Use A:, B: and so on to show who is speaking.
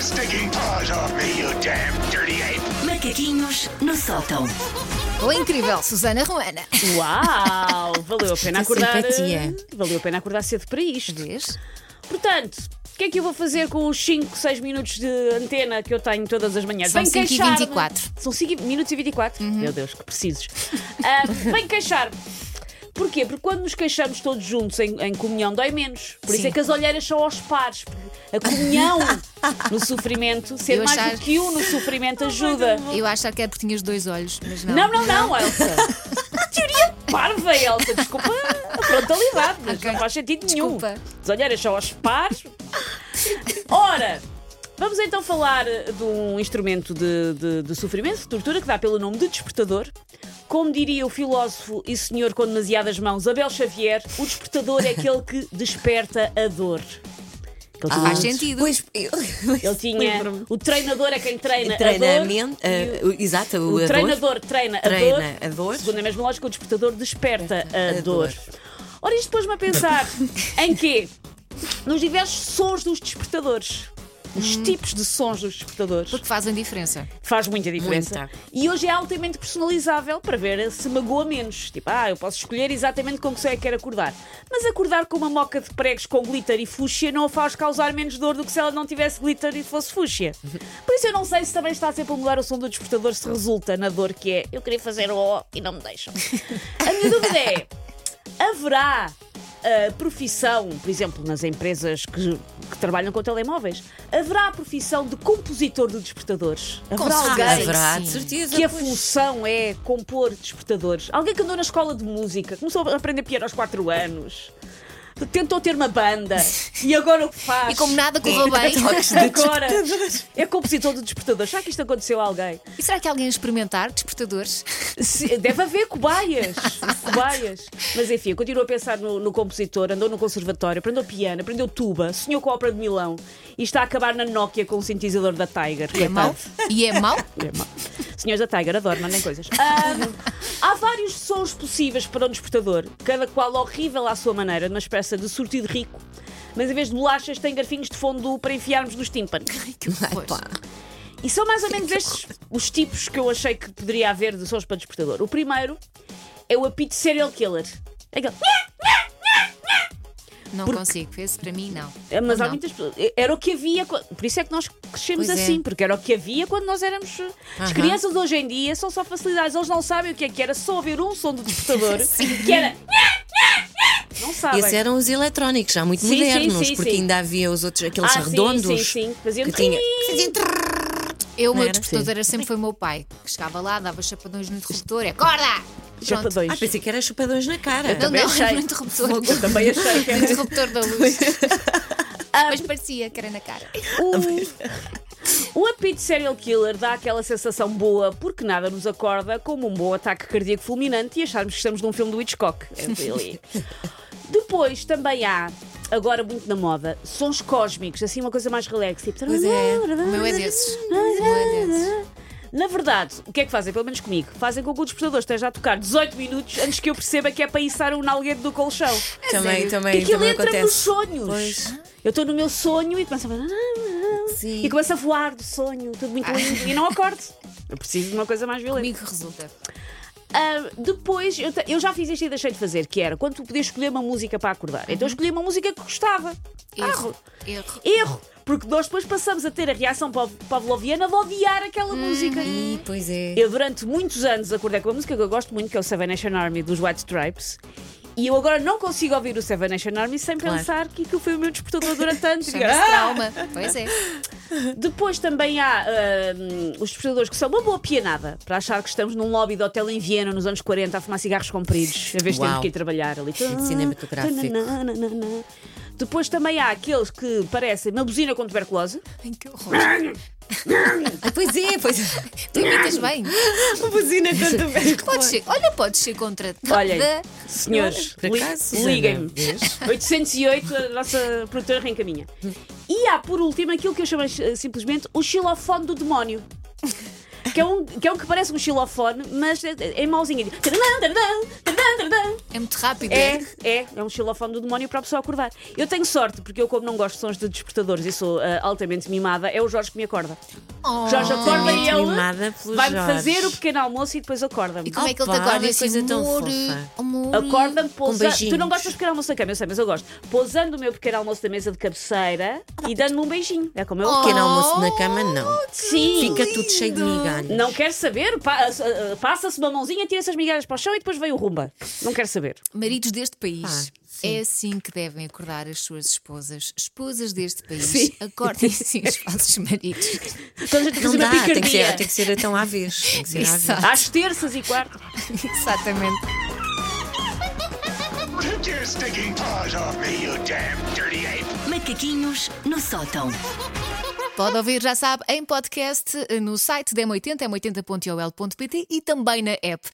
A: stinking paws off me, you damn dirty ape!
B: Macaquinhos no sótão.
C: O incrível Susana Ruana.
D: Uau! Valeu a pena
C: Esta
D: acordar. eh,
C: simpatia.
D: Valeu a pena acordar cedo para isto.
C: Vês?
D: Portanto, o que é que eu vou fazer com os 5, 6 minutos de antena que eu tenho todas as manhãs?
C: São
D: Venho
C: 5 e Uhum.
D: queixar-me.
C: 24.
D: São 5 minutos e 24? Meu Deus, que precisos. Ah, Venho queixar-me. Porquê? Porque quando nos queixamos todos juntos em, em comunhão dói menos. Por isso
C: Sim.
D: é que as olheiras são aos pares. porque A comunhão no sofrimento, ser
C: Eu
D: mais
C: achar-
D: do que um no sofrimento ajuda.
C: Eu acho que é porque tinhas dois olhos, mas não.
D: Não, não, não, Elsa. Que teoria parva, Elsa. Desculpa a frontalidade, mas
C: Ok.
D: não faz sentido
C: Desculpa.
D: nenhum. As olheiras são aos pares. Ora, vamos então falar de um instrumento de, de- de sofrimento, de tortura, que dá pelo nome de despertador. Como diria o filósofo e senhor com demasiadas mãos, Abel Xavier, o despertador é aquele que desperta a dor. Aquele que
C: Ah. Faz
D: diz-
C: sentido.
E: Pois, eu,
D: Ele tinha. O treinador é quem treina, a dor.
E: treinamento.
D: e o-
E: ah, o- exato, o,
D: o
E: arroz.
D: treinador treina,
E: Treina
D: a
E: a
D: dor.
E: dor.
D: Segundo a mesma lógica, o despertador desperta a,
E: a
D: dor.
E: dor.
D: Ora, isto pôs-me a pensar em quê? Nos diversos sons dos despertadores. Os tipos de sons dos despertadores.
C: Porque fazem diferença.
D: Faz muita diferença.
E: Muita.
D: E hoje é altamente personalizável para ver se magoa menos. Tipo, ah, eu posso escolher exatamente com que sonho é que quero acordar. Mas acordar com uma moca de pregos com glitter e fúcsia não a faz causar menos dor do que se ela não tivesse glitter e fosse fúcsia. Por isso eu não sei se também está sempre a mudar o som do despertador se resulta na dor que é eu queria fazer o O e não me deixam. a minha dúvida é, haverá a profissão, por exemplo, nas empresas que, que trabalham com telemóveis, haverá a profissão de compositor de despertadores? Haverá
C: certeza.
D: alguém
E: Haverá, de
C: Sim.
E: Ah, é certeza.
D: que a
E: pois.
D: função é compor despertadores? Alguém que andou na escola de música, começou a aprender piano aos 4 anos, tentou ter uma banda e agora o que faz?
C: E como nada correu bem.
D: Agora é compositor de despertadores. Será que isto aconteceu a alguém?
C: E será que alguém ia experimentar despertadores?
D: Se- Deve haver cobaias. cobaias. Mas enfim, eu continuo a pensar no, no compositor, andou no conservatório, aprendeu piano, aprendeu tuba, sonhou com a ópera de Milão e está a acabar na Nokia com o sintetizador da Tiger.
C: E é
D: coitado.
C: mau? E é mau?
D: É mau. Senhores da Tiger adoram, mandem coisas. Ahm, há vários sons possíveis para um despertador, cada qual horrível à sua maneira, numa espécie de sortido rico. Mas em vez de bolachas, tem garfinhos de fundo para enfiarmos nos tímpanos.
E: Ai, pá.
D: E são mais ou menos estes os tipos que eu achei que poderia haver de sons para despertador. O primeiro é o apito serial killer. Aquele...
C: Não consigo. Esse para mim, não.
D: É, Mas
C: Não,
D: há
C: não.
D: muitas pessoas. Era o que havia. co- Por isso é que nós crescemos
C: Pois é.
D: assim, porque era o que havia quando nós éramos. eh, As
E: Aham.
D: crianças de hoje em dia são só facilidades, eles não sabem o que é que era só ouvir um som do despertador que era. Não sabem.
E: Esses eram os eletrónicos, já muito
D: Tá Sim, sim,
E: modernos,
D: sim,
E: porque
D: sim.
E: ainda havia os outros,
D: ah,
E: aqueles
D: sim,
E: um redondos.
D: Sim, sim, faziam
E: Que tinha...
C: Eu, o
E: Não
C: meu
E: era
C: despertador era sempre foi o meu pai, que chegava lá, dava chapadões no interruptor. e Acorda!
D: Chapa
C: Pronto.
D: dois.
E: Ah, pensei que era chupadores na cara.
C: Não,
D: também
C: não, era
D: achei.
C: no interruptor.
D: Eu também achei que
C: No
D: era.
C: interruptor da luz. Mas parecia que era na cara.
D: O, o Um- apito serial killer dá aquela sensação boa porque nada nos acorda como um bom ataque cardíaco fulminante e acharmos que estamos num filme do Hitchcock. É really. Depois também há, agora muito na moda, sons cósmicos, assim uma coisa mais relax. Tipo...
C: Pois é, o meu é desses. O meu é desses.
D: Na verdade, o que é que fazem? Pelo menos comigo. Fazem com que o despertador esteja a tocar 18 minutos antes que eu perceba que é para içar um nalguedo do colchão.
E: É Também,
C: sério?
D: Que
E: também,
D: aquilo
E: também
D: entra nos
E: acontece.
D: sonhos. Ah.
E: Pois.
D: Eu estou no meu sonho e começo a...
E: Sim.
D: ah,
E: Ah.
D: E começa a voar do sonho, tudo muito lindo, e não acordo. Eu preciso de uma coisa mais violenta.
C: Comigo resulta.
D: Ah, depois, eu, te- eu já fiz isto e deixei de fazer, que era quando tu podias escolher uma música para acordar.
E: Uhum.
D: Então eu escolhi uma música que gostava.
C: Erro. Erro.
D: Erro! Porque nós depois passamos a ter a reação pav- pavloviana de odiar aquela
E: Hum,
D: música.
E: E pois é.
D: Eu durante muitos anos acordei com uma música que eu gosto muito, que é o Seven Nation Army dos White Stripes. E eu agora não consigo ouvir o Seven Nation Army sem
E: Claro. é
D: pensar que aquilo foi o meu despertador durante anos. E digo,
C: Chama-se
D: "Ah,
C: trauma. Pois é.
D: Depois também há hum, os despertadores que são uma boa pianada para achar que estamos num lobby de hotel em Viena nos anos 40 a fumar cigarros compridos, a vez de termos
E: Uau.
D: que ir trabalhar ali.
E: cinematográfico.
D: Tananana. Depois também há aqueles que parecem uma buzina com tuberculose.
C: Ai, que horror.
E: Ah, pois é, pois é.
C: Tu imitas bem.
E: Uma buzina tanto bem.
C: Podes ser, olha, podes ser contra
D: Olhem,
C: nada.
D: senhores,
E: Por
D: li-
E: acaso, Susana,
D: liguem-me.
E: vês?
D: 808, a nossa produtora reencaminha. E há, por último, aquilo que eu chamo eh, simplesmente o xilofone do demónio. que é um que, é um que parece um xilofone, mas é- é- em mauzinha.
C: É muito rápido.
D: É,
C: é?
D: é, é um xilofone do demónio para a pessoa acordar. Eu tenho sorte, porque eu, como não gosto de sons de despertadores e sou ah, altamente mimada, é o Jorge que me acorda.
C: Oh.
D: Jorge acorda e ele
E: mimada pelo
D: vai-me
E: Jorge.
D: fazer o pequeno almoço e depois acorda-me.
C: E como é que ele te
E: Opa,
C: acorda?
E: uma
C: Assim,
E: coisa tão
C: amor, eh,
E: fofa.
C: amor.
D: Acorda-me pousando.
E: Um beijinhos.
D: Tu não gostas de pequeno almoço da cama, eu sei, mas eu gosto. Pousando o meu pequeno almoço da mesa de cabeceira e dando-me um beijinho. É como eu
C: Oh.
E: Pequeno almoço na cama, não.
D: Sim.
E: Fica tudo cheio de migalhas.
D: Não quer saber? Pa- ah, Passa-se uma mãozinha, tira-se as migalhas para o chão e depois veio o rumba. Não quer saber.
C: eh, Maridos deste país.
E: Pá,
C: é assim que devem acordar as suas esposas. Esposas deste país. Acordem assim os falsos maridos.
D: Então a gente
E: Não
D: fazer uma
E: dá, tem que,
D: picardia.
E: ser, tem que ser tão à vez. Tem que ser à vez.
C: Exato.
D: Às terças e quartas.
C: Exatamente.
A: Take your stinking paws off me, you damn dirty ape!
B: Macaquinhos no sótão.
C: Pode ouvir, eh, já sabe, em podcast, no site dm80, m80.ol.pt e também na app.